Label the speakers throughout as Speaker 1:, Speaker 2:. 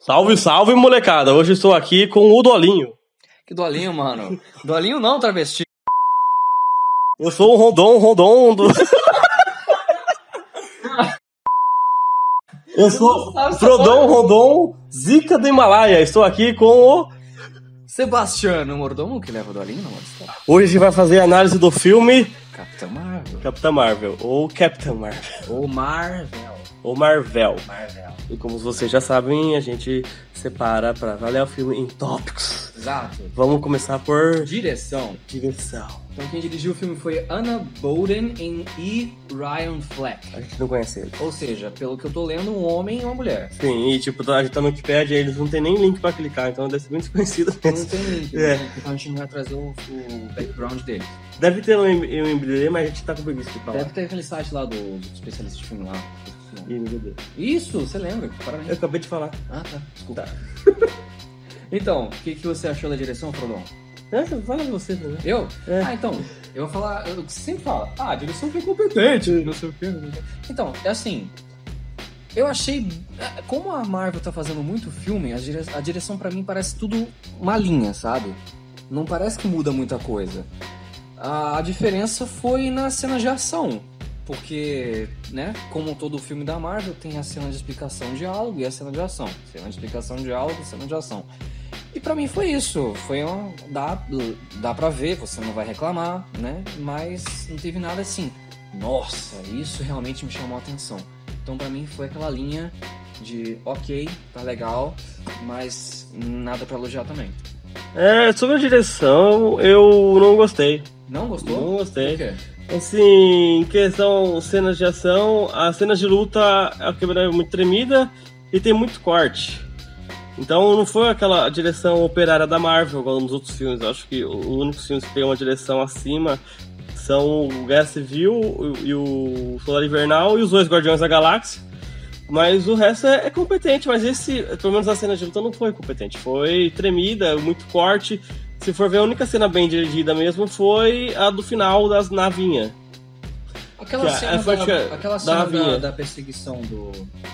Speaker 1: Salve, salve, molecada! Hoje estou aqui com o Dolinho.
Speaker 2: Que dolinho, mano. Dolinho não, travesti.
Speaker 1: Eu sou o Rondon, Rondon do. Eu sou Frodon, Rondon, Zica do Himalaia. Estou aqui com o.
Speaker 2: Sebastiano, o mordomo que leva o dolinho na mostra.
Speaker 1: Hoje a gente vai fazer a análise do filme
Speaker 2: Capitão Marvel.
Speaker 1: Capitã Marvel, ou Capitã Marvel,
Speaker 2: Ou Marvel.
Speaker 1: ou Marvel.
Speaker 2: Marvel.
Speaker 1: E como vocês já sabem, a gente separa pra avaliar o filme em tópicos.
Speaker 2: Exato.
Speaker 1: Vamos começar por
Speaker 2: Direção.
Speaker 1: direção.
Speaker 2: Então quem dirigiu o filme foi Anna Bowden em E. Ryan Fleck.
Speaker 1: A gente não conhece ele.
Speaker 2: Ou seja, pelo que eu tô lendo, um homem e uma mulher.
Speaker 1: Sim, e tipo, a gente tá no Wikipedia e eles não tem nem link pra clicar, então deve ser bem desconhecido mesmo.
Speaker 2: Não tem link,
Speaker 1: É.
Speaker 2: né? Então a gente não vai trazer o, o background dele.
Speaker 1: Deve ter um em- um MDD, mas a gente tá com preguiça de falar.
Speaker 2: Deve ter aquele site lá do, do especialista de filme lá.
Speaker 1: IMDb.
Speaker 2: Isso, você lembra? Parabéns.
Speaker 1: Eu acabei de falar.
Speaker 2: Ah, tá. Desculpa. então, o que, que você achou da direção, Frodon?
Speaker 1: É, fala você também.
Speaker 2: Eu?
Speaker 1: É.
Speaker 2: Ah, então, eu vou falar, eu sempre falo, ah, a direção foi competente, não sei o quê. não sei o quê. Então, é assim, eu achei, é, como a Marvel tá fazendo muito filme, a, dire- a direção pra mim parece tudo uma linha, sabe? Não parece que muda muita coisa. A, a diferença foi na cena de ação, porque, né, como todo filme da Marvel, tem a cena de explicação, diálogo e a cena de ação. Cena de explicação, diálogo, cena de ação. E pra mim foi isso. Foi um. Dá, dá pra ver, você não vai reclamar, né? Mas não teve nada assim. Nossa, isso realmente me chamou a atenção. Então pra mim foi aquela linha de ok, tá legal, mas nada pra elogiar também.
Speaker 1: É, sobre a direção, eu não gostei.
Speaker 2: Não gostou?
Speaker 1: Não
Speaker 2: Por
Speaker 1: gostei.
Speaker 2: quê?
Speaker 1: Assim, em questão cenas de ação, as cenas de luta, a câmera é muito tremida e tem muito corte. Então não foi aquela direção operária da Marvel, igual nos outros filmes. Eu acho que os únicos filmes que tem uma direção acima são o Guerra Civil e o Solar Invernal e os dois Guardiões da Galáxia. Mas o resto é, é competente, mas esse, pelo menos a cena de luta não foi competente. Foi tremida, muito corte. Se for ver, a única cena bem dirigida mesmo foi a do final das navinhas.
Speaker 2: Aquela
Speaker 1: é, Que a-
Speaker 2: cena,
Speaker 1: a
Speaker 2: da,
Speaker 1: faixa
Speaker 2: aquela
Speaker 1: da
Speaker 2: cena da,
Speaker 1: vinha.
Speaker 2: da perseguição do,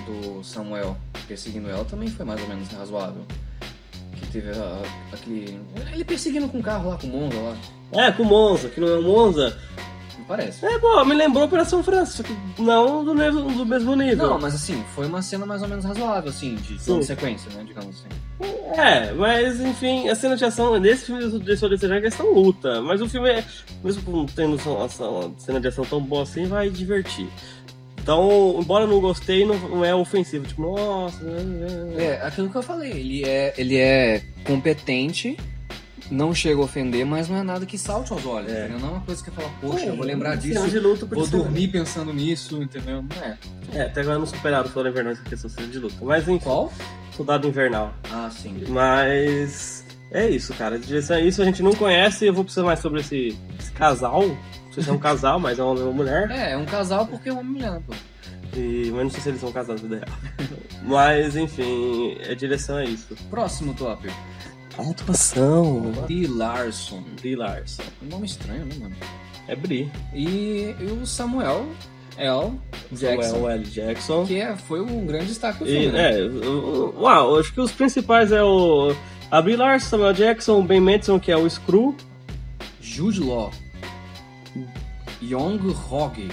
Speaker 2: do Samuel perseguindo ela também foi mais ou menos razoável. Que teve a- aquele. Ele perseguindo com o carro lá, com o Monza lá.
Speaker 1: É, com Monza, que não é Monza.
Speaker 2: Não parece.
Speaker 1: É, pô, me lembrou Operação França, só que não do mesmo, do mesmo nível.
Speaker 2: Não, mas assim, foi uma cena mais ou menos razoável, assim, de
Speaker 1: Sim.
Speaker 2: plano de sequência, né? Digamos assim.
Speaker 1: É, mas enfim, a cena de ação nesse filme do Jason Desejar é questão luta. Mas o filme, é, mesmo não tendo ação- ação- cena de ação tão boa assim, vai divertir. Então, embora eu não gostei, não, não é ofensivo. Tipo, nossa. É, é.
Speaker 2: É, aquilo que eu falei, ele é, ele é competente, não chega a ofender, mas não é nada que salte aos olhos,
Speaker 1: É.
Speaker 2: entendeu? Não é uma coisa que eu falo, poxa, eu vou lembrar
Speaker 1: Cena
Speaker 2: disso,
Speaker 1: de luta, por
Speaker 2: vou
Speaker 1: isso-
Speaker 2: dormir pensando nisso, entendeu? Não é.
Speaker 1: É, até agora não superaram o Soldado Invernal essa questão de cena de luta. Mas enfim,
Speaker 2: Qual?
Speaker 1: Soldado Invernal.
Speaker 2: Ah, sim.
Speaker 1: Mas é isso, cara. Direção é isso, a gente não conhece. Eu vou precisar mais sobre esse, esse casal. Não sei se é um casal, mas é um homem e uma mulher.
Speaker 2: É, é um casal porque é uma mulher, pô.
Speaker 1: E, mas não sei se eles são casados na vida real. Mas enfim, a direção é isso.
Speaker 2: Próximo top.
Speaker 1: A atuação.
Speaker 2: Brie Larson.
Speaker 1: Brie Larson.
Speaker 2: Um nome estranho, né, mano?
Speaker 1: É Brie.
Speaker 2: E, e o Samuel L. Jackson.
Speaker 1: Samuel é L. Jackson.
Speaker 2: Que é- foi um grande destaque do
Speaker 1: E,
Speaker 2: filme, né?
Speaker 1: é, eu- uau, acho que os principais é o. A Brie Larson, Samuel Jackson, o Ben Madison, que é o Screw.
Speaker 2: Jude Law, Yong Hog,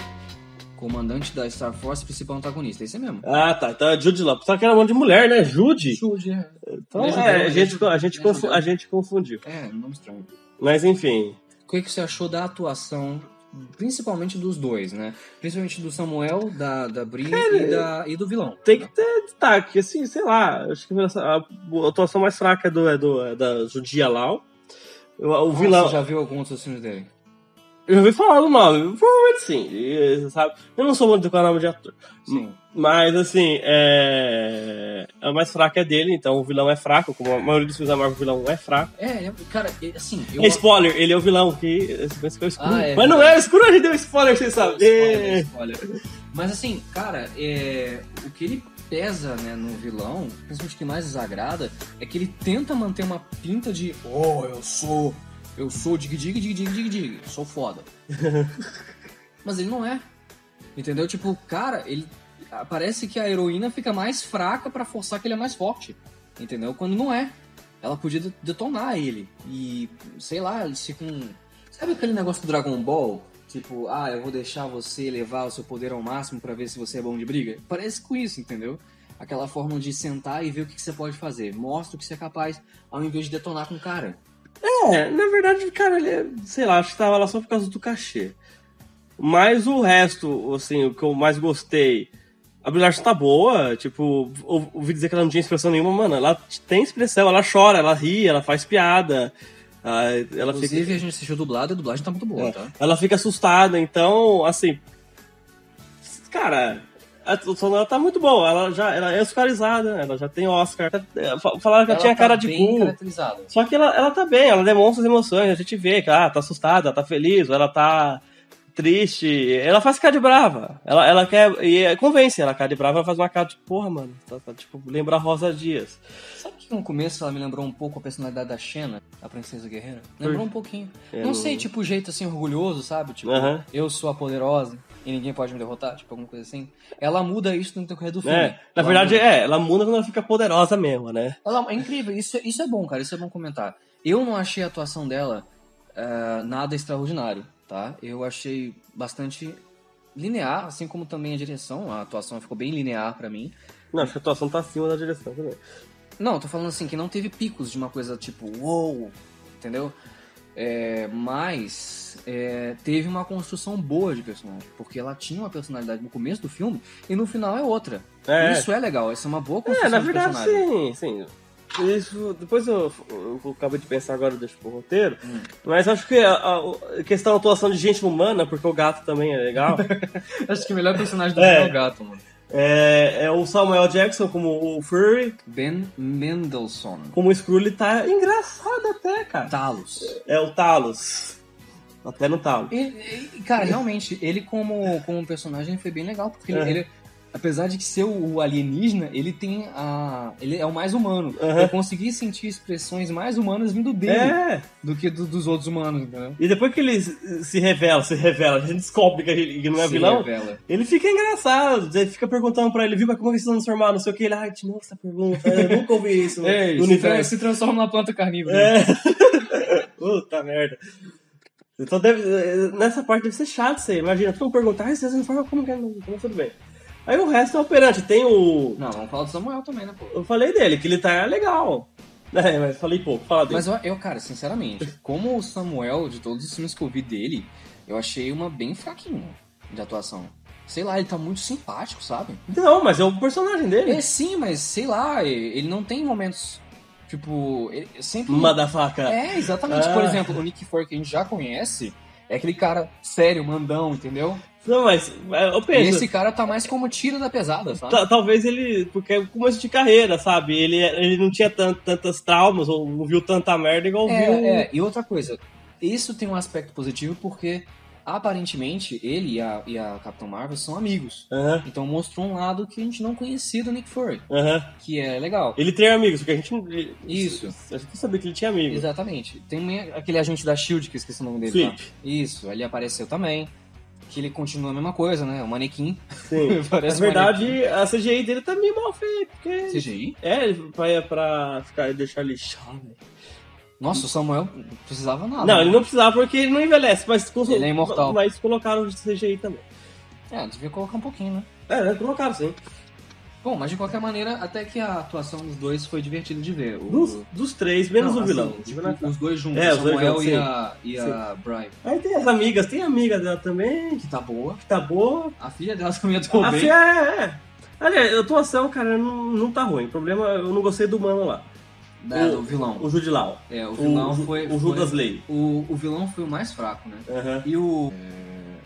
Speaker 2: comandante da Star Force, principal antagonista. Esse é mesmo.
Speaker 1: Ah, tá. Então é Jude Law. Só que era um monte de mulher, né? Jude.
Speaker 2: Jude, é.
Speaker 1: Então,
Speaker 2: Mesmo
Speaker 1: é, a,
Speaker 2: tema,
Speaker 1: gente,
Speaker 2: mesmo-
Speaker 1: a, gente
Speaker 2: mesmo
Speaker 1: confu-
Speaker 2: tema.
Speaker 1: a gente confundiu.
Speaker 2: É, nome estranho.
Speaker 1: Mas enfim.
Speaker 2: O que, que você achou da atuação, principalmente dos dois, né? Principalmente do Samuel, da, da Brie e, da- e do vilão. né?
Speaker 1: Tem que ter destaque, assim, sei lá. Acho que a a atuação mais fraca é, do, é, do, é da Judia Lau. O, o
Speaker 2: Nossa,
Speaker 1: vilão.
Speaker 2: Você já viu alguns dos filmes dele?
Speaker 1: Eu já ouvi falar do nome, provavelmente sim. e, e, sabe? Eu não sou muito com o nome de ator. Hum.
Speaker 2: Sim.
Speaker 1: Mas, assim, é. A mais fraca é dele, então o vilão é fraco. Como a maioria dos filmes da Marvel, o vilão é fraco.
Speaker 2: É, ele- cara, ele- assim, eu...
Speaker 1: É Spoiler, ele é o vilão, que é sequência que é o escuro.
Speaker 2: Ah, é.
Speaker 1: Mas não é o escuro, a gente deu spoiler É. sem
Speaker 2: Spoiler,
Speaker 1: saber.
Speaker 2: spoiler. Mas assim, cara, é, o que ele pesa né, no vilão, principalmente o que mais desagrada, é que ele tenta manter uma pinta de Oh, eu sou. Eu sou dig dig dig dig dig dig, sou foda. Mas ele não é. Entendeu? Tipo, cara, ele. Parece que a heroína fica mais fraca pra forçar que ele é mais forte. entendeu? Quando não é. Ela podia detonar ele. E, sei lá, um se com. Sabe aquele negócio do Dragon Ball? Tipo, ah, eu vou deixar você levar o seu poder ao máximo para ver se você é bom de briga? Parece com isso, entendeu? Aquela forma de sentar e ver o que, que você pode fazer. Mostra o que você é capaz, ao invés de detonar com o cara.
Speaker 1: É, na verdade, cara, ele, é- sei lá, acho que tava lá só por causa do cachê. Mas o resto, assim, o que eu mais gostei. A Brie Larson tá boa, tipo, ou- ouvi dizer que ela não tinha expressão nenhuma, mano. Ela t- tem expressão, ela chora, ela ri, ela faz piada. ah, Ela
Speaker 2: Inclusive,
Speaker 1: fica,
Speaker 2: a gente assistiu dublado e a dublagem tá muito boa, tá?
Speaker 1: É. ela fica assustada, então, assim. Cara, a atuação dela tá muito boa. Ela já ela é oscarizada, ela já tem Oscar. É, fa- Falaram que ela, tinha
Speaker 2: tá
Speaker 1: cara de
Speaker 2: bem
Speaker 1: burro.
Speaker 2: caracterizada.
Speaker 1: Só que ela, ela tá bem, ela demonstra as emoções, a gente vê que ela tá assustada, ela tá feliz, ou ela tá triste. Ela faz cara de brava. Ela, ela quer. E é- convence, ela cara de brava, ela faz uma cara de porra, mano. Tá, tá, tipo, lembra a Rosa Dias.
Speaker 2: Sabe que no começo ela me lembrou um pouco a personalidade da Xena, a princesa guerreira? Lembrou um pouquinho.
Speaker 1: É,
Speaker 2: não sei, tipo, o jeito assim, orgulhoso, sabe? Tipo,
Speaker 1: Aham.
Speaker 2: eu sou a poderosa e ninguém pode me derrotar, tipo, alguma coisa assim. Ela muda isso no decorrer do filme.
Speaker 1: É, na
Speaker 2: Ela
Speaker 1: verdade,
Speaker 2: muda.
Speaker 1: é, ela muda quando ela fica poderosa mesmo, né?
Speaker 2: Ela, é incrível, isso, isso é bom, cara, isso é bom comentar. Eu não achei a atuação dela eh, nada extraordinário, tá? Eu achei bastante linear, assim como também a direção. A atuação ficou bem linear pra mim.
Speaker 1: Não, acho que a atuação tá acima da direção também.
Speaker 2: Não, eu tô falando assim, que não teve picos de uma coisa tipo, uou, entendeu? É, mas é, teve uma construção boa de personagem, porque ela tinha uma personalidade no começo do filme e no final é outra.
Speaker 1: É.
Speaker 2: Isso é legal, essa é uma boa
Speaker 1: É,
Speaker 2: construção
Speaker 1: na
Speaker 2: de
Speaker 1: verdade, sim,
Speaker 2: personagem.
Speaker 1: sim. Isso, depois eu, eu acabei de pensar agora, deixa pro roteiro.
Speaker 2: Hum.
Speaker 1: Mas acho que a, a- a questão da atuação de gente humana, porque o gato também é legal.
Speaker 2: Acho que o melhor personagem
Speaker 1: do É. filme é o
Speaker 2: gato, mano.
Speaker 1: É, é o Samuel Jackson como o Furry,
Speaker 2: Ben Mendelssohn.
Speaker 1: como o Skrull, ele tá engraçado até, cara.
Speaker 2: Talos.
Speaker 1: É o Talos. Até no Talos.
Speaker 2: E- e,
Speaker 1: É.
Speaker 2: cara, realmente, ele como, como personagem foi bem legal, porque ele,
Speaker 1: É.
Speaker 2: ele- apesar de que ser o o alienígena, ele tem a. ele é o mais humano.
Speaker 1: Aham.
Speaker 2: Eu consegui sentir expressões mais humanas vindo dele
Speaker 1: É,
Speaker 2: do que do- dos outros humanos, entendeu?
Speaker 1: e depois que ele se se revela, se revela, a gente descobre que ele que não é
Speaker 2: Se
Speaker 1: vilão,
Speaker 2: revela.
Speaker 1: ele fica engraçado, ele fica perguntando pra ele, viu, mas como é que vocês vão transformar, não sei o que, ele, ai, te nossa pergunta, eu nunca ouvi isso no
Speaker 2: É,
Speaker 1: no
Speaker 2: se, tra-
Speaker 1: universo.
Speaker 2: se transforma numa planta carnívora.
Speaker 1: É.
Speaker 2: Né?
Speaker 1: Puta merda. Então deve, nessa parte deve ser chato isso aí. Imagina, tu perguntar, ah, vocês não falam como que é, então tudo bem. Aí o resto é operante. Tem o.
Speaker 2: Não, vamos falar do Samuel também, né, pô?
Speaker 1: Eu falei dele, que ele tá legal. É, mas falei pouco, fala dele.
Speaker 2: Mas eu, eu, cara, sinceramente, como o Samuel, de todos os filmes que eu vi dele, eu achei uma bem fraquinha de atuação. Sei lá, ele tá muito simpático, sabe?
Speaker 1: Não, mas é o personagem dele.
Speaker 2: É sim, mas sei lá, e- ele não tem momentos. Tipo, ele eu sempre.
Speaker 1: Motherfucker.
Speaker 2: É, exatamente. Por
Speaker 1: Ah.
Speaker 2: exemplo, o Nick Fury que a gente já conhece é aquele cara sério, mandão, entendeu?
Speaker 1: Não, mas é, eu
Speaker 2: E
Speaker 1: penso.
Speaker 2: esse cara tá mais como tira da pesada, sabe?
Speaker 1: ta- Talvez ele, porque é o começo de carreira, sabe? Ele, ele não tinha tan- tantas traumas, ou não viu tanta merda igual viu.
Speaker 2: É, é, e outra coisa, isso tem um aspecto positivo porque aparentemente ele e a, e a Capitão Marvel são amigos.
Speaker 1: Aham,
Speaker 2: Então mostrou um lado que a gente não conhecia do Nick Fury,
Speaker 1: aham.
Speaker 2: que é legal.
Speaker 1: Ele tem amigos, porque a gente. não- ele-
Speaker 2: Isso.
Speaker 1: A gente não sabia que ele tinha amigos.
Speaker 2: Exatamente. Tem me- aquele agente da Shield que eu esqueci o nome dele. lá.
Speaker 1: Sweep.
Speaker 2: Isso, ele apareceu também. Que ele continua a mesma coisa, né? O manequim.
Speaker 1: Sim. Na
Speaker 2: Parece um
Speaker 1: verdade, a CGI dele tá meio mal feita, porque.
Speaker 2: manequim. CGI?
Speaker 1: É, pra, pra ficar, deixar ele jovem.
Speaker 2: Nossa, o Samuel não precisava nada.
Speaker 1: Não,
Speaker 2: né?
Speaker 1: ele não precisava porque ele não envelhece, mas com-
Speaker 2: Ele é imortal.
Speaker 1: Mas colocaram de CGI também.
Speaker 2: É, devia colocar um pouquinho, né?
Speaker 1: É, né, colocaram sim.
Speaker 2: Bom, mas de qualquer maneira, até que a atuação dos dois foi divertida de ver. O...
Speaker 1: Dos, dos três, menos
Speaker 2: Não,
Speaker 1: o
Speaker 2: assim,
Speaker 1: vilão.
Speaker 2: tipo, os dois juntos,
Speaker 1: É,
Speaker 2: o
Speaker 1: os dois
Speaker 2: Samuel
Speaker 1: juntos,
Speaker 2: e
Speaker 1: sim.
Speaker 2: a, e a Brian.
Speaker 1: Aí tem as amigas, tem a amiga dela também,
Speaker 2: Que tá boa.
Speaker 1: que tá boa.
Speaker 2: A filha dela também atuou
Speaker 1: a
Speaker 2: bem.
Speaker 1: fia é, é. Aliás, a atuação, cara, não, não tá ruim. O problema, eu não gostei do mano lá.
Speaker 2: Da-
Speaker 1: o-
Speaker 2: né, do vilão.
Speaker 1: O Jude Law.
Speaker 2: É, o vilão
Speaker 1: Ju-
Speaker 2: foi...
Speaker 1: O
Speaker 2: foi-
Speaker 1: Judas Lay.
Speaker 2: O, o vilão foi o mais fraco, né?
Speaker 1: Aham.
Speaker 2: E o...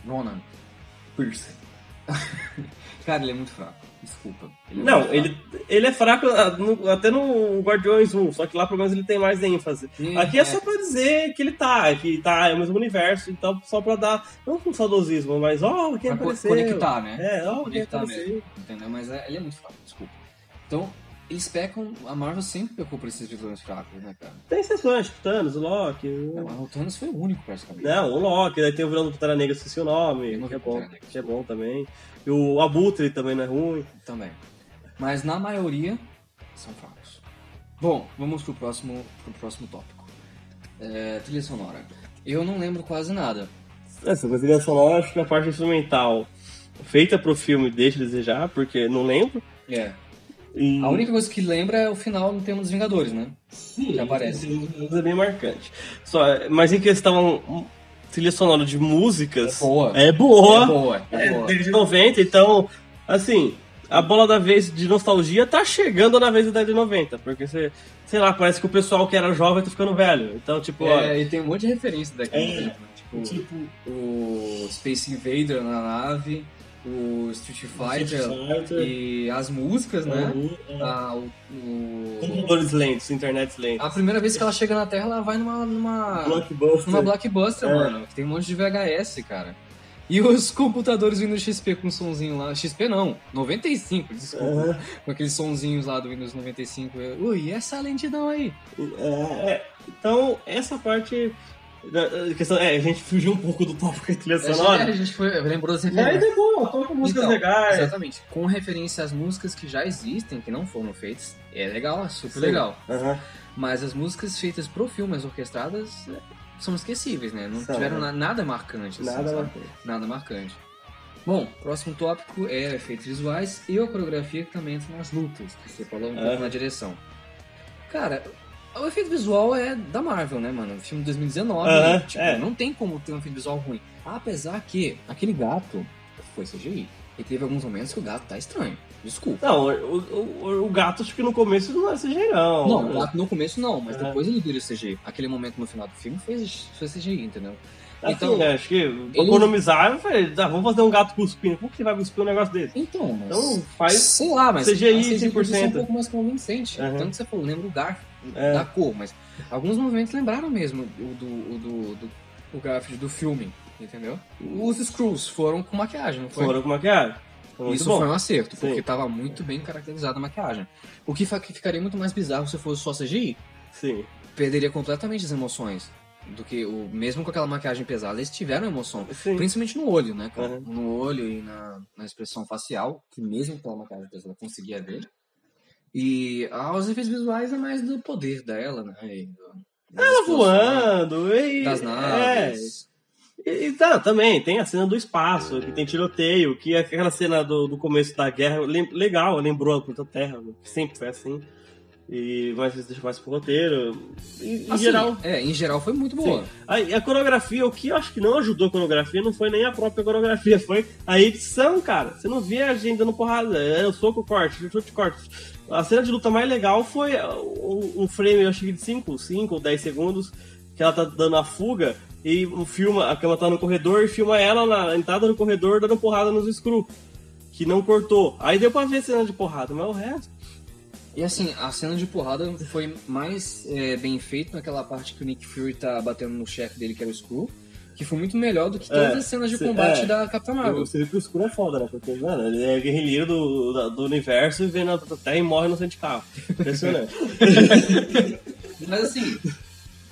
Speaker 2: é, Ronan. Pearson. Cara, ele é muito fraco. Desculpa. Ele é muito
Speaker 1: Não,
Speaker 2: fraco.
Speaker 1: ele, ele é fraco ah, no- até no Guardiões 1, só que lá pelo menos ele tem mais ênfase.
Speaker 2: Sim,
Speaker 1: Aqui é só pra dizer que ele tá, que tá, é o mesmo universo, então só pra dar, não com saudosismo, mas ó, quem
Speaker 2: pra co-
Speaker 1: apareceu.
Speaker 2: conectar, né?
Speaker 1: É, ó, quem
Speaker 2: Conectar
Speaker 1: apareceu.
Speaker 2: Entendeu? Mas é- ele é muito fraco, desculpa. Então, eles pecam. A Marvel sempre pecou por esses vilões fracos, né, cara?
Speaker 1: Tem exceções, tipo Thanos, o Loki. o-
Speaker 2: Não, mas o Thanos foi o único, praticamente.
Speaker 1: Não, o Loki, daí tem o vilão do Pantera Negra, esqueci o nome,
Speaker 2: Eu não
Speaker 1: que é
Speaker 2: vi
Speaker 1: bom,
Speaker 2: Pantera Negra.
Speaker 1: que é bom também. E o Abutre também não é ruim.
Speaker 2: Também. Mas na maioria, são fracos. Bom, vamos pro próximo, pro próximo tópico. É, trilha sonora. Eu não lembro quase nada.
Speaker 1: Essa mas a trilha sonora, acho que a parte instrumental feita pro filme deixa a desejar, porque não lembro.
Speaker 2: É.
Speaker 1: E...
Speaker 2: A única coisa que lembra é o final no tema dos Vingadores, né?
Speaker 1: Sim,
Speaker 2: que aparece.
Speaker 1: É bem marcante. Só, mas em questão hum, trilha sonora de músicas,
Speaker 2: Boa.
Speaker 1: é boa.
Speaker 2: É boa, é
Speaker 1: É,
Speaker 2: boa.
Speaker 1: desde 90, então, assim, a bola da vez de nostalgia tá chegando na vez da década de 90, porque você, sei lá, parece que o pessoal que era jovem tá ficando velho. Então, tipo, ó,
Speaker 2: É, e tem um monte de referência daqui.
Speaker 1: É.
Speaker 2: né? Tipo,
Speaker 1: tipo,
Speaker 2: o Space Invader na nave, o Street Fighter e as músicas,
Speaker 1: Uhum.
Speaker 2: né? Ah, o- o-
Speaker 1: computadores lentos, internet lenta,
Speaker 2: A primeira vez que ela chega na Terra, ela vai numa. numa,
Speaker 1: blockbuster.
Speaker 2: numa blockbuster,
Speaker 1: É.
Speaker 2: mano. Que tem um monte de VHS, cara. E os computadores vindo XP com um sonzinho lá. XP não, 95, desculpa.
Speaker 1: Aham.
Speaker 2: Com aqueles sonzinhos lá do Windows 95. Eu, Ui, e essa lentidão aí.
Speaker 1: É, é. Então, essa parte. Da, da questão, é, a gente fugiu um pouco do tópico da trilha
Speaker 2: É,
Speaker 1: sonora.
Speaker 2: a gente foi, lembrou das
Speaker 1: Mas
Speaker 2: referências.
Speaker 1: é bom, toca músicas
Speaker 2: Então,
Speaker 1: legais.
Speaker 2: Exatamente. Com referência às músicas que já existem, que não foram feitas, é legal, é super
Speaker 1: Sim.
Speaker 2: legal.
Speaker 1: Aham.
Speaker 2: Mas as músicas feitas pro filme, as orquestradas, é, são esquecíveis, né? Não
Speaker 1: São,
Speaker 2: tiveram
Speaker 1: né?
Speaker 2: na- nada marcante. assim,
Speaker 1: Nada né?
Speaker 2: sabe?
Speaker 1: marcante.
Speaker 2: Nada marcante. Bom, próximo tópico é efeitos visuais e a coreografia que também entra nas lutas, que você falou um
Speaker 1: Ah.
Speaker 2: pouco na direção. Cara, o efeito visual é da Marvel, né, mano? O filme de 2019,
Speaker 1: Aham,
Speaker 2: tipo,
Speaker 1: é.
Speaker 2: não tem como ter um efeito visual ruim. Apesar que aquele gato foi CGI. E teve alguns momentos que o gato tá estranho. Desculpa.
Speaker 1: Não, o, o, o gato, acho que no começo não é gerão.
Speaker 2: Não, o gato no começo não, mas
Speaker 1: É.
Speaker 2: depois ele vira CGI. Aquele momento no final do filme fez, foi CGI, entendeu?
Speaker 1: Assim,
Speaker 2: então-
Speaker 1: né, acho que economizar, eu falei, ah, vamos fazer um gato cuspindo. Como que vai cuspir um negócio desse?
Speaker 2: Então, mas...
Speaker 1: Então faz.
Speaker 2: Sei lá, mas
Speaker 1: CGI
Speaker 2: a podia ser
Speaker 1: 100%.
Speaker 2: um pouco mais convincente.
Speaker 1: Aham.
Speaker 2: Tanto que você falou, lembra o Garf
Speaker 1: É.
Speaker 2: da cor, mas alguns movimentos lembraram mesmo o do, o do, do o Garfield do filme, entendeu? Os Screws foram com maquiagem, não foi?
Speaker 1: Foram com maquiagem. é Foi muito
Speaker 2: Isso
Speaker 1: bom.
Speaker 2: foi um acerto,
Speaker 1: Sim.
Speaker 2: porque tava muito bem caracterizada a maquiagem. O que, fa- que ficaria muito mais bizarro se fosse só CGI.
Speaker 1: Sim.
Speaker 2: Perderia completamente as emoções do que o mesmo com aquela maquiagem pesada, eles tiveram emoção.
Speaker 1: Sim.
Speaker 2: Principalmente no olho, né, cara?
Speaker 1: Uhum.
Speaker 2: No olho e na, na expressão facial, que mesmo pela maquiagem pesada conseguia ver. E aos efeitos visuais é mais do poder dela, né? E do- das
Speaker 1: Ela
Speaker 2: explosões,
Speaker 1: voando, e.
Speaker 2: Das naves.
Speaker 1: É. E, e tá, também, tem a cena do espaço, que tem tiroteio, que é aquela cena do, do começo da guerra, lem- legal, lembrou a Planeta Terra, que sempre foi assim. E, mas isso deixa mais pro roteiro. E, em
Speaker 2: Assim,
Speaker 1: geral,
Speaker 2: É, em geral foi muito boa.
Speaker 1: A, a coreografia, o que eu acho que não ajudou a coreografia não foi nem a própria coreografia, foi a edição, cara. Você não via a gente dando porrada, é o soco corte, chute corte. A cena de luta mais legal foi ah, o- um frame, eu acho que de 5, 5 ou 10 segundos, que ela tá dando a fuga e o filma, a câmera tá no corredor e filma ela na entrada do corredor dando porrada nos screw, que não cortou. Aí deu pra ver a cena de porrada, mas o resto.
Speaker 2: E assim, a cena de porrada foi mais é, bem feita naquela parte que o Nick Fury tá batendo no chefe dele, que era o Screw, que foi muito melhor do que todas
Speaker 1: É,
Speaker 2: as cenas de
Speaker 1: se-
Speaker 2: combate
Speaker 1: é.
Speaker 2: da Capitã Marvel.
Speaker 1: Você vê que o escuro é foda, né? Porque, mano, ele é guerrilheiro do, da- do universo e vem na terra e morre no centro de carro. Impressionante.
Speaker 2: Mas assim,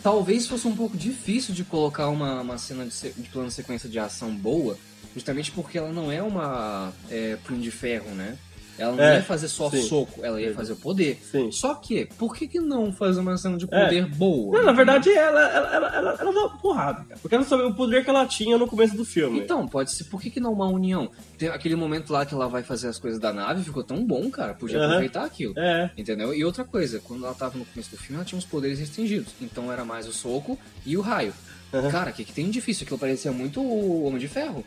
Speaker 2: talvez fosse um pouco difícil de colocar uma, uma cena de, se- de plano de sequência de ação boa, justamente porque ela não é uma é, punho de ferro, né? Ela não
Speaker 1: É,
Speaker 2: ia fazer só
Speaker 1: sim.
Speaker 2: soco, ela ia
Speaker 1: Verdade.
Speaker 2: fazer o poder.
Speaker 1: Sim.
Speaker 2: Só que, por que, que não fazer uma cena de
Speaker 1: É.
Speaker 2: poder boa?
Speaker 1: Não, na verdade, ela, ela, ela, ela, ela deu uma porrada, cara. Porque ela sabia o poder que ela tinha no começo do filme.
Speaker 2: Então, pode ser, por que, que não uma união? Tem aquele momento lá que ela vai fazer as coisas da nave, ficou tão bom, cara, podia
Speaker 1: Aham.
Speaker 2: aproveitar aquilo.
Speaker 1: É.
Speaker 2: Entendeu? E outra coisa, quando ela tava no começo do filme, ela tinha uns poderes restringidos. Então era mais o soco e o raio.
Speaker 1: Aham.
Speaker 2: Cara, o que, que tem de difícil? Aquilo parecia muito o Homem de Ferro.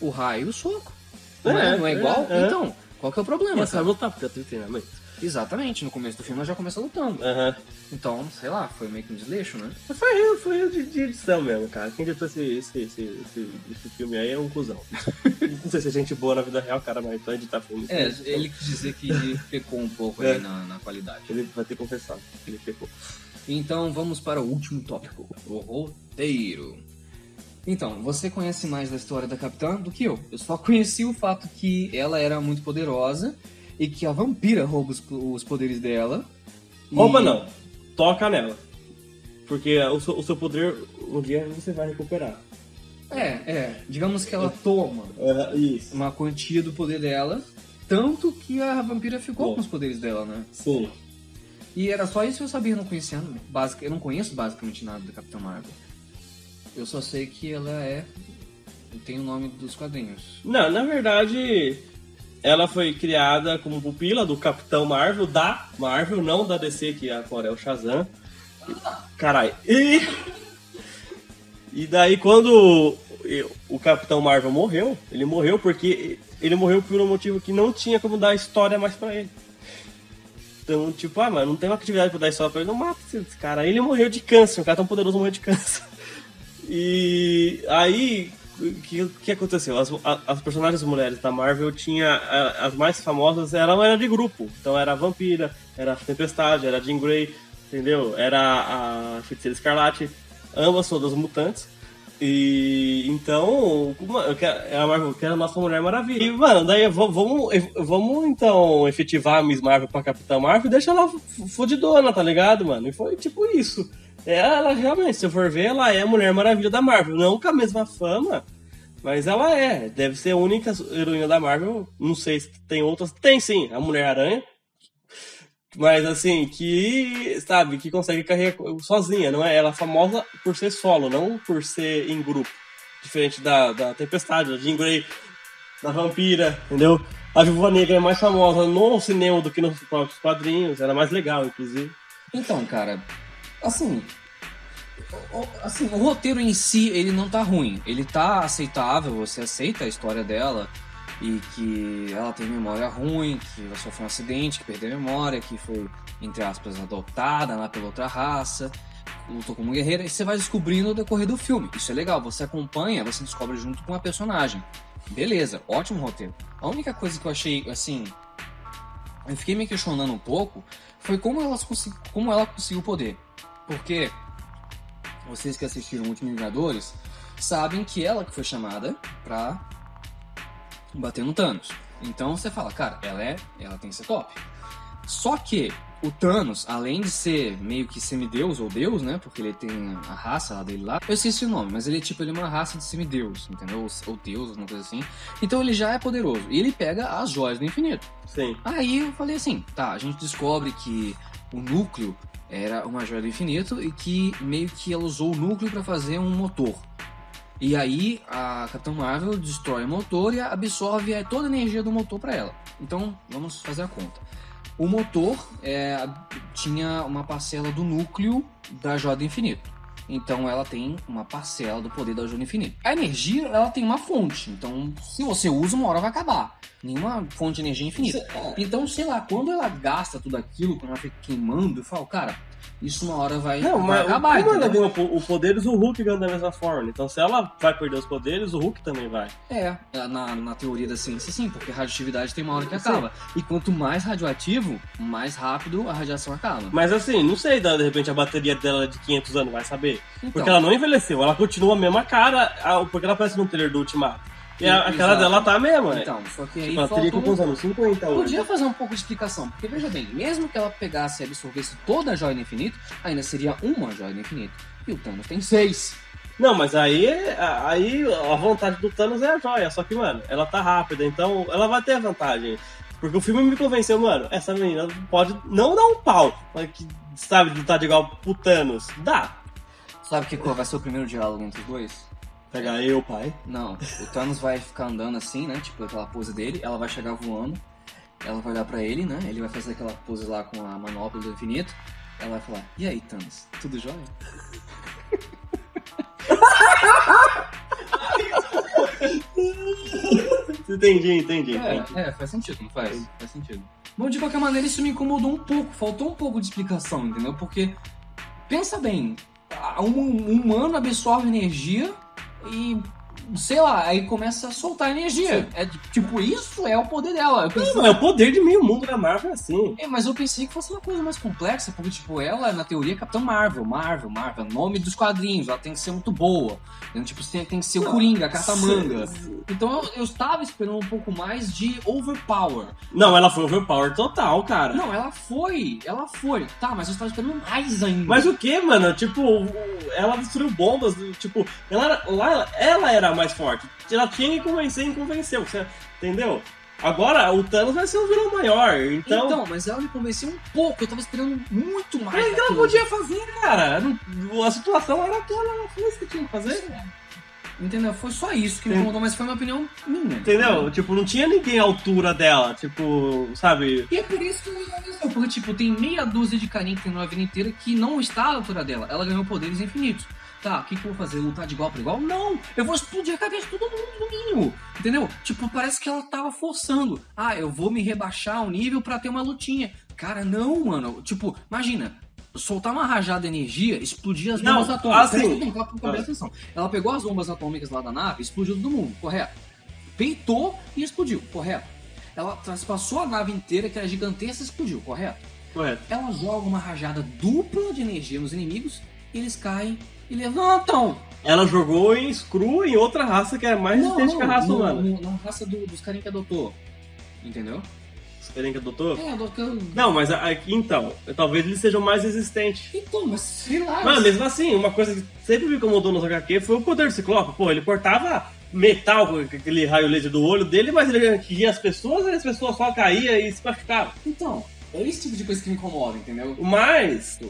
Speaker 2: O raio e o soco.
Speaker 1: É,
Speaker 2: Não é, não é
Speaker 1: é,
Speaker 2: igual?
Speaker 1: é.
Speaker 2: Então, qual que é o problema?
Speaker 1: Mas
Speaker 2: cara?
Speaker 1: sabe lutar porque ela tem treinamento.
Speaker 2: Exatamente, no começo do filme ela já começa lutando.
Speaker 1: Aham.
Speaker 2: Então, sei lá, foi meio que um desleixo, né?
Speaker 1: Mas Foi erro, foi erro de, de edição mesmo, cara. Quem editou esse, esse, esse, esse, esse filme aí é um cuzão. Não sei se é gente boa na vida real, cara, mas então editar filme.
Speaker 2: É, ele quis dizer que pecou um pouco
Speaker 1: É.
Speaker 2: aí na, na qualidade.
Speaker 1: Ele vai ter que confessar. Ele pecou.
Speaker 2: Então vamos para o último tópico, o roteiro. Então, você conhece mais da história da Capitã do que eu. Eu só conheci o fato que ela era muito poderosa e que a vampira rouba os, po- os poderes dela. E-
Speaker 1: Rouba não. Toca nela. Porque o seu, o seu poder, um dia você vai recuperar.
Speaker 2: É, é. Digamos que ela toma
Speaker 1: Aham, isso.
Speaker 2: uma quantia do poder dela, tanto que a vampira ficou
Speaker 1: Bom.
Speaker 2: com os poderes dela, né?
Speaker 1: Sim.
Speaker 2: E era só isso que eu sabia, eu não conhecia anime. Basic, eu não conheço basicamente nada do Capitão Marvel. Eu só sei que ela é. tem o nome dos quadrinhos.
Speaker 1: Não, na verdade, ela foi criada como pupila do Capitão Marvel, da Marvel, não da DC, que agora é o Shazam. Caralho. E... e daí quando o Capitão Marvel morreu, ele morreu porque ele morreu por um motivo que não tinha como dar história mais para ele. Então, tipo, ah, mas não tem uma atividade pra dar história pra ele, não mata esse cara. Aí ele morreu de câncer, um cara tão poderoso morreu de câncer. E aí, o que, que, aconteceu? As, as, personagens mulheres da Marvel tinha as mais famosas, eram era de grupo. Então era a Vampira, era a Tempestade, era a Jean Grey, entendeu? Era a Feiticeira Escarlate, ambas todas mutantes. E então, eu quero, a Marvel quer a nossa Mulher Maravilha. E, mano, daí vamos, vamos então efetivar a Miss Marvel pra Capitã Marvel e deixa ela fudidona, tá ligado, mano? E foi tipo isso. Ela realmente, se eu for ver, ela é a Mulher Maravilha da Marvel. Não com a mesma fama, mas ela é. Deve ser a única heroína da Marvel. Não sei se tem outras. Tem sim, a Mulher Aranha. Mas assim, que, sabe, que consegue carregar sozinha, não é? Ela é famosa por ser solo, não por ser em grupo. Diferente da, da Tempestade, da Jean Grey, da Vampira, entendeu? A Viúva Negra é mais famosa no cinema do que nos próprios quadrinhos, ela é mais legal, inclusive.
Speaker 2: Então, cara, assim, assim, o roteiro em si, ele não tá ruim. Ele tá aceitável, você aceita a história dela e que ela tem memória ruim, que ela sofreu um acidente, que perdeu a memória, que foi, entre aspas, adotada lá pela outra raça, lutou como guerreira, e você vai descobrindo ao decorrer do filme. Isso é legal, você acompanha, você descobre junto com a personagem. Beleza, ótimo roteiro. A única coisa que eu achei, assim, eu fiquei me questionando um pouco, foi como, elas como ela conseguiu o poder. Porque vocês que assistiram Últimos Vingadores sabem que ela que foi chamada pra bater no Thanos. Então você fala, cara, ela é, ela tem que ser top. Só que o Thanos, além de ser meio que semideus ou deus, né? Porque ele tem a raça lá dele lá. Eu esqueci o nome, mas ele é tipo, ele é uma raça de semideus, entendeu? Ou deus, alguma coisa assim. Então ele já é poderoso. E ele pega as joias do infinito.
Speaker 1: Sim.
Speaker 2: Aí eu falei assim, tá, a gente descobre que o núcleo era uma joia do infinito e que meio que ela usou o núcleo para fazer um motor. E aí a Capitã Marvel destrói o motor e absorve é, toda a energia do motor para ela. Então vamos fazer a conta. O motor é, tinha uma parcela do núcleo da Joia do Infinito. Então ela tem uma parcela do poder da Joia do Infinito. A energia ela tem uma fonte. Então se você usa uma hora vai acabar. Nenhuma fonte de energia é infinita. Então sei lá quando ela gasta tudo aquilo quando ela fica queimando, eu falo cara isso uma hora vai,
Speaker 1: não,
Speaker 2: vai
Speaker 1: mas acabar. O, entendeu? o, o poderes o Hulk ganha da mesma forma. Então se ela vai perder os poderes, o Hulk também vai.
Speaker 2: É, na, na teoria da ciência sim, porque radioatividade tem uma hora que acaba. E quanto mais radioativo, mais rápido a radiação acaba.
Speaker 1: Mas assim, não sei, de repente a bateria dela é de 500 anos, vai saber. Então. Porque ela não envelheceu, ela continua a mesma cara, porque ela parece no trailer do Ultimato. E a, a cara dela tá mesmo, né?
Speaker 2: Então, só que aí. um
Speaker 1: Tipo, ela teria que ir usando 50 hoje.
Speaker 2: Podia fazer um pouco de explicação, porque veja bem, mesmo que ela pegasse e absorvesse toda a joia do infinito, ainda seria uma joia do infinito. E o Thanos tem seis.
Speaker 1: Não, mas aí, aí a vontade do Thanos é a joia, só que, mano, ela tá rápida, então ela vai ter a vantagem. Porque o filme me convenceu, mano, essa menina pode não dar um pau, mas que sabe lutar de igual pro Thanos. Dá.
Speaker 2: Sabe que vai ser o primeiro diálogo entre os dois?
Speaker 1: Pegar eu, pai.
Speaker 2: Não, o Thanos vai ficar andando assim, né? Tipo, aquela pose dele. Ela vai chegar voando. Ela vai olhar pra ele, né? Ele vai fazer aquela pose lá com a manopla do infinito. Ela vai falar: E aí, Thanos? Tudo jóia?
Speaker 1: entendi, entendi.
Speaker 2: É, é, faz sentido, não faz? Faz sentido. Bom, de qualquer maneira, isso me incomodou um pouco. Faltou um pouco de explicação, entendeu? Porque, pensa bem: um humano absorve energia e sei lá, aí começa a soltar energia. Sim. É tipo, isso é o poder dela.
Speaker 1: Pensei... Não, é o poder de meio mundo da Marvel é assim.
Speaker 2: É, mas eu pensei que fosse uma coisa mais complexa, porque tipo, ela na teoria é Capitão Marvel, Marvel, Marvel, nome dos quadrinhos, ela tem que ser muito boa. Entendeu? Tipo, tem, tem que ser o Coringa, Catamanga. Então eu, eu estava esperando um pouco mais de overpower.
Speaker 1: Não, ela foi overpower total, cara.
Speaker 2: Não, ela foi, ela foi. Tá, mas eu estava esperando mais ainda.
Speaker 1: Mas o que, mano? Tipo, ela destruiu bombas, tipo, ela, ela, ela era mais forte. Ela tinha que convencer e convenceu. Você, entendeu? Agora, o Thanos vai ser um vilão maior, então...
Speaker 2: Então, mas ela me convenceu um pouco, eu tava esperando muito mais.
Speaker 1: Mas o que ela
Speaker 2: daquilo.
Speaker 1: podia fazer, cara? Não- A situação era aquela, ela fez o que tinha que fazer.
Speaker 2: Entendeu? Foi só isso que me
Speaker 1: Sim.
Speaker 2: incomodou, mas foi uma opinião minha.
Speaker 1: Entendeu? Tipo, não tinha ninguém à altura dela, tipo, sabe?
Speaker 2: E é por isso que ela ganhou. Porque, tipo, tem meia dúzia de carinha que tem na vida inteira que não está à altura dela. Ela ganhou poderes infinitos. Tá, o que, que eu vou fazer? Lutar de igual para igual? Não! Eu vou explodir a cabeça de todo mundo, no mínimo. Entendeu? Tipo, parece que ela tava forçando. Ah, eu vou me rebaixar um nível pra ter uma lutinha. Cara, não, mano. Tipo, imagina. Soltar uma rajada de energia, explodir as
Speaker 1: Não,
Speaker 2: bombas atômicas.
Speaker 1: assim-
Speaker 2: Presta atenção, tá presta atenção. Ela pegou as bombas atômicas lá da nave, explodiu todo mundo, correto? Peitou e explodiu, correto? Ela traspassou a nave inteira, que era gigantesca, e explodiu, correto?
Speaker 1: Correto.
Speaker 2: Ela joga uma rajada dupla de energia nos inimigos, eles caem e levantam.
Speaker 1: Ela jogou em Screw em outra raça que é mais resistente que a raça
Speaker 2: no-
Speaker 1: humana.
Speaker 2: no- na raça do- dos carinha que adotou. Entendeu?
Speaker 1: Você querem que adotou?
Speaker 2: É, adotou.
Speaker 1: Não, mas a- aqui então, talvez eles sejam mais resistentes.
Speaker 2: Então, mas sei lá.
Speaker 1: Mas mesmo assim, uma coisa que sempre me incomodou nos HQ foi o poder do Ciclope. Pô, ele cortava metal com aquele raio laser do olho dele, mas ele atingia as pessoas e as pessoas só caíam e se machucavam.
Speaker 2: Então, é esse tipo de coisa que me incomoda, entendeu?
Speaker 1: Mas,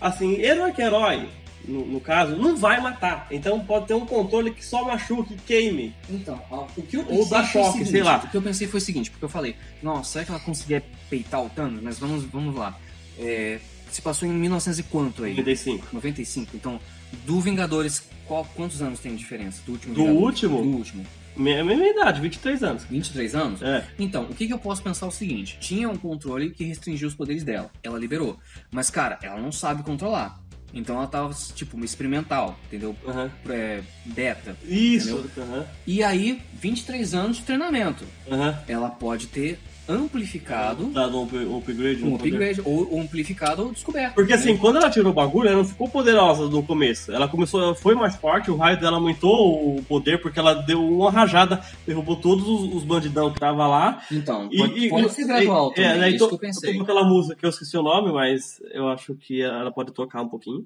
Speaker 1: assim, herói que herói, no, no caso, não vai matar. Então pode ter um controle que só machuque, queime.
Speaker 2: Então, ó, o que eu
Speaker 1: Ou
Speaker 2: pensei
Speaker 1: dá
Speaker 2: foi o
Speaker 1: choque,
Speaker 2: seguinte,
Speaker 1: sei lá.
Speaker 2: O que eu pensei foi o seguinte, porque eu falei, nossa, será que ela conseguia peitar o Thanos? Mas vamos, vamos lá. É, se passou em 1900 e quanto aí?
Speaker 1: 95.
Speaker 2: 95. Então, do Vingadores, qual, quantos anos tem de diferença? Do último
Speaker 1: Do
Speaker 2: Vingador?
Speaker 1: último?
Speaker 2: Do último.
Speaker 1: Minha, minha idade, 23 anos.
Speaker 2: 23 anos?
Speaker 1: É.
Speaker 2: Então, o que, que eu posso pensar é o seguinte: tinha um controle que restringiu os poderes dela. Ela liberou. Mas, cara, ela não sabe controlar. Então ela tava, tipo, uma experimental, entendeu?
Speaker 1: aham.
Speaker 2: É, beta.
Speaker 1: Isso. aham,
Speaker 2: E aí, 23 anos de treinamento.
Speaker 1: aham.
Speaker 2: Ela pode ter amplificado
Speaker 1: Dado um up- um upgrade.
Speaker 2: um
Speaker 1: no poder.
Speaker 2: upgrade, ou, ou amplificado ou descoberto. né?
Speaker 1: Porque
Speaker 2: entendeu?
Speaker 1: assim, quando ela tirou o bagulho, ela não ficou poderosa no começo. Ela começou, ela foi mais forte, o raio dela aumentou o poder, porque ela deu uma rajada, derrubou todos os, os bandidão que tava lá.
Speaker 2: Então,
Speaker 1: E-
Speaker 2: pode,
Speaker 1: e-
Speaker 2: pode
Speaker 1: e-
Speaker 2: ser gradual
Speaker 1: é,
Speaker 2: também,
Speaker 1: né,
Speaker 2: é,
Speaker 1: e
Speaker 2: isso
Speaker 1: to-
Speaker 2: que eu pensei.
Speaker 1: tocou aquela música que eu esqueci o nome, mas eu acho que ela pode tocar um pouquinho.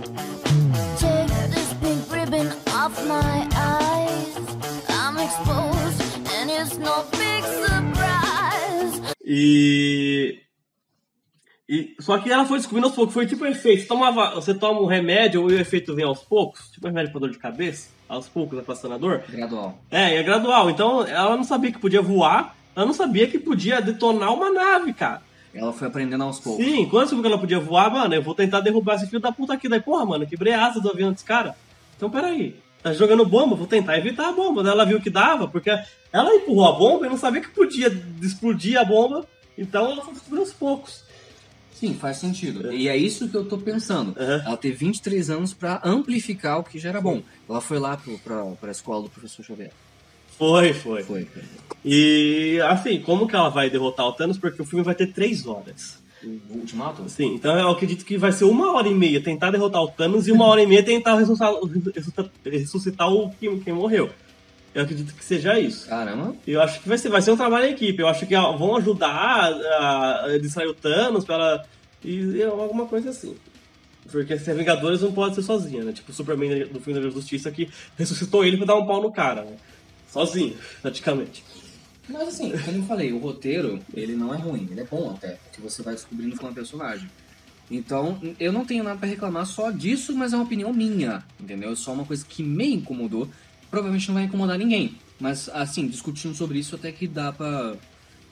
Speaker 3: Take this pink ribbon off my eyes. I'm exposed, and it's no big surprise.
Speaker 1: E. e- só que ela foi descobrindo aos poucos, foi tipo efeito. Tomava, você toma um remédio e o efeito vem aos poucos, tipo remédio pra dor de cabeça, aos poucos, vai passando a dor.
Speaker 2: Gradual.
Speaker 1: É, e é gradual. Então ela não sabia que podia voar, ela não sabia que podia detonar uma nave, cara.
Speaker 2: Ela foi aprendendo aos poucos.
Speaker 1: Sim, quando eu descobri que ela podia voar, mano, eu vou tentar derrubar esse filho da puta aqui. Daí, porra, mano, eu quebrei a asa do avião desse cara. Então peraí, tá jogando bomba, vou tentar evitar a bomba. Daí ela viu que dava, porque ela empurrou a bomba e não sabia que podia explodir a bomba. Então ela foi descobrindo aos poucos.
Speaker 2: Sim, faz sentido. E é isso que eu tô pensando.
Speaker 1: Aham.
Speaker 2: Ela teve 23 anos pra amplificar o que já era bom. Ela foi lá pro, pra, pra escola do professor Xavier.
Speaker 1: Foi, foi.
Speaker 2: Foi.
Speaker 1: E assim, como que ela vai derrotar o Thanos? Porque o filme vai ter três horas.
Speaker 2: O ultimato?
Speaker 1: Sim, então eu acredito que vai ser uma hora e meia tentar derrotar o Thanos e uma hora e meia tentar ressuscitar, ressuscitar- ressuscitar o que, quem morreu. Eu acredito que seja isso.
Speaker 2: Caramba.
Speaker 1: Eu acho que vai ser, vai ser um trabalho em equipe. Eu acho que ah, vão ajudar a, a distrair o Thanos pra ela. E, e alguma coisa assim. Porque se é Vingadores não pode ser sozinha, né? Tipo o Superman do filme da Justiça que ressuscitou ele pra dar um pau no cara, né? Sozinho, praticamente.
Speaker 2: Mas assim, como eu falei, o roteiro, ele não é ruim. Ele é bom até, porque você vai descobrindo com a personagem. Então, eu não tenho nada pra reclamar só disso, mas é uma opinião minha, entendeu? É só uma coisa que me incomodou. Provavelmente não vai incomodar ninguém. Mas, assim, discutindo sobre isso até que dá pra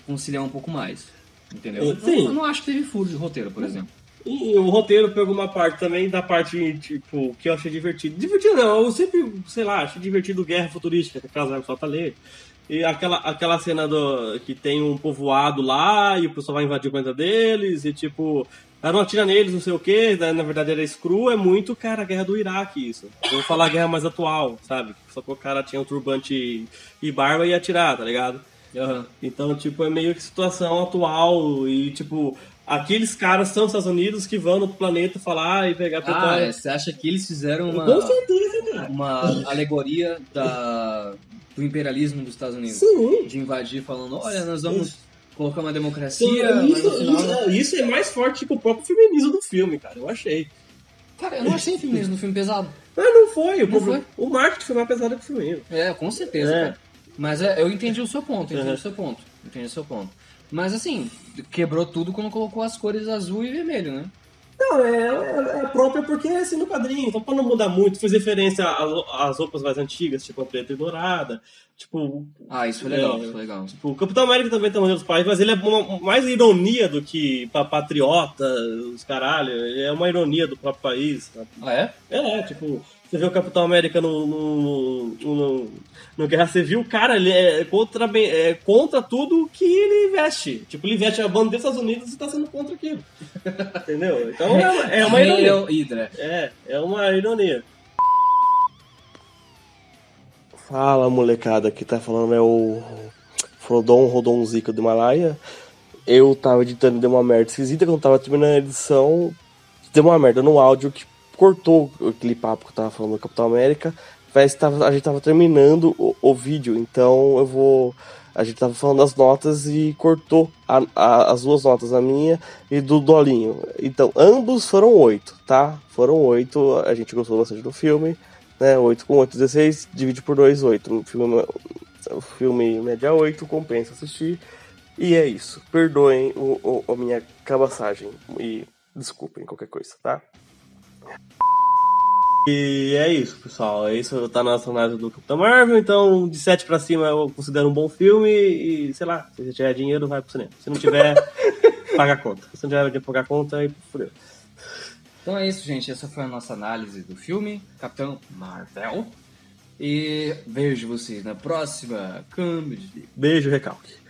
Speaker 2: conciliar um pouco mais. Entendeu?
Speaker 1: Sim.
Speaker 2: Eu, eu não acho que teve furo de roteiro, por exemplo.
Speaker 1: E o roteiro pegou uma parte também da parte, tipo, que eu achei divertido. Divertido não, eu sempre, sei lá, achei divertido Guerra Futurística, que a casa só tá ler. E aquela, aquela cena do, que tem um povoado lá e o pessoal vai invadir o planeta deles e, tipo, ah, não atira neles, não sei o quê. né, Na verdade era screw, é muito, cara, a Guerra do Iraque isso. Vou falar a guerra mais atual, sabe? Só que o cara tinha um turbante e barba e ia atirar, tá ligado? Então, tipo, é meio que situação atual e, tipo, aqueles caras são os Estados Unidos que vão no outro planeta falar e pegar
Speaker 2: Ah,
Speaker 1: petróleo.
Speaker 2: é, você acha que eles fizeram uma,
Speaker 1: Com certeza, cara.
Speaker 2: uma alegoria da, do imperialismo dos Estados Unidos?
Speaker 1: Sim.
Speaker 2: De invadir falando, olha, nós vamos colocar uma democracia,
Speaker 1: Sim,
Speaker 2: mas
Speaker 1: isso,
Speaker 2: no final...
Speaker 1: isso- isso é mais forte que o próprio feminismo do filme, cara. Eu achei.
Speaker 2: Cara, eu não achei feminismo no filme pesado.
Speaker 1: Mas não foi. O,
Speaker 2: Não
Speaker 1: problema, o marketing foi mais pesado que o filme.
Speaker 2: É, com certeza.
Speaker 1: É.
Speaker 2: cara. Mas é, eu entendi o seu ponto, entendi
Speaker 1: Uhum.
Speaker 2: o seu ponto, entendi o seu ponto. Mas assim, quebrou tudo quando colocou as cores azul e vermelho, né?
Speaker 1: Não, é, é, é própria porque é assim no quadrinho. Então, pra não mudar muito, fez referência às às roupas mais antigas, tipo a preta e dourada. Tipo,
Speaker 2: Ah, isso foi legal,
Speaker 1: É.
Speaker 2: isso foi legal.
Speaker 1: tipo, o Capitão América também tem os pais, mas ele é uma- mais ironia do que pa- patriota, os caralho. Ele é uma ironia do próprio país, sabe?
Speaker 2: Ah, é?
Speaker 1: É, tipo, você vê o Capitão América no, no, no, no- no Guerra Civil, cara, ele é contra, bem- é contra tudo que ele veste. Tipo, ele veste a bandeira dos Estados Unidos e tá sendo contra aquilo. Entendeu? Então é, uma- é uma
Speaker 2: Hail
Speaker 1: ironia.
Speaker 2: Hydra.
Speaker 1: É, é uma ironia. Fala, molecada, que tá falando é o Frodon Rodonzica do Himalaia. Eu tava editando e deu uma merda esquisita quando tava terminando a edição. Deu uma merda no áudio que cortou aquele papo que eu tava falando do Capitão América. Parece que tava- a gente tava terminando o, o vídeo, então eu vou. A gente tava falando das notas e cortou a- a- as duas notas, a minha e do Dolinho. Então, ambos foram oito, tá? Foram oito, a gente gostou bastante do filme, né? Oito com oito, 16, divide por dois, oito. O filme, é o filme média oito, compensa assistir. E é isso. Perdoem o, o- a minha cabaçagem e desculpem qualquer coisa, tá? E é isso, pessoal. É Isso tá na nossa análise do Capitão Marvel. Então, de 7 pra cima eu considero um bom filme. E sei lá, se você tiver dinheiro, vai pro cinema. Se não tiver, paga a conta. Se não tiver dinheiro, pagar a conta, aí fudeu.
Speaker 2: Então é isso, gente. Essa foi a nossa análise do filme Capitão Marvel. E vejo vocês na próxima. Câmbio de
Speaker 1: Beijo, recalque.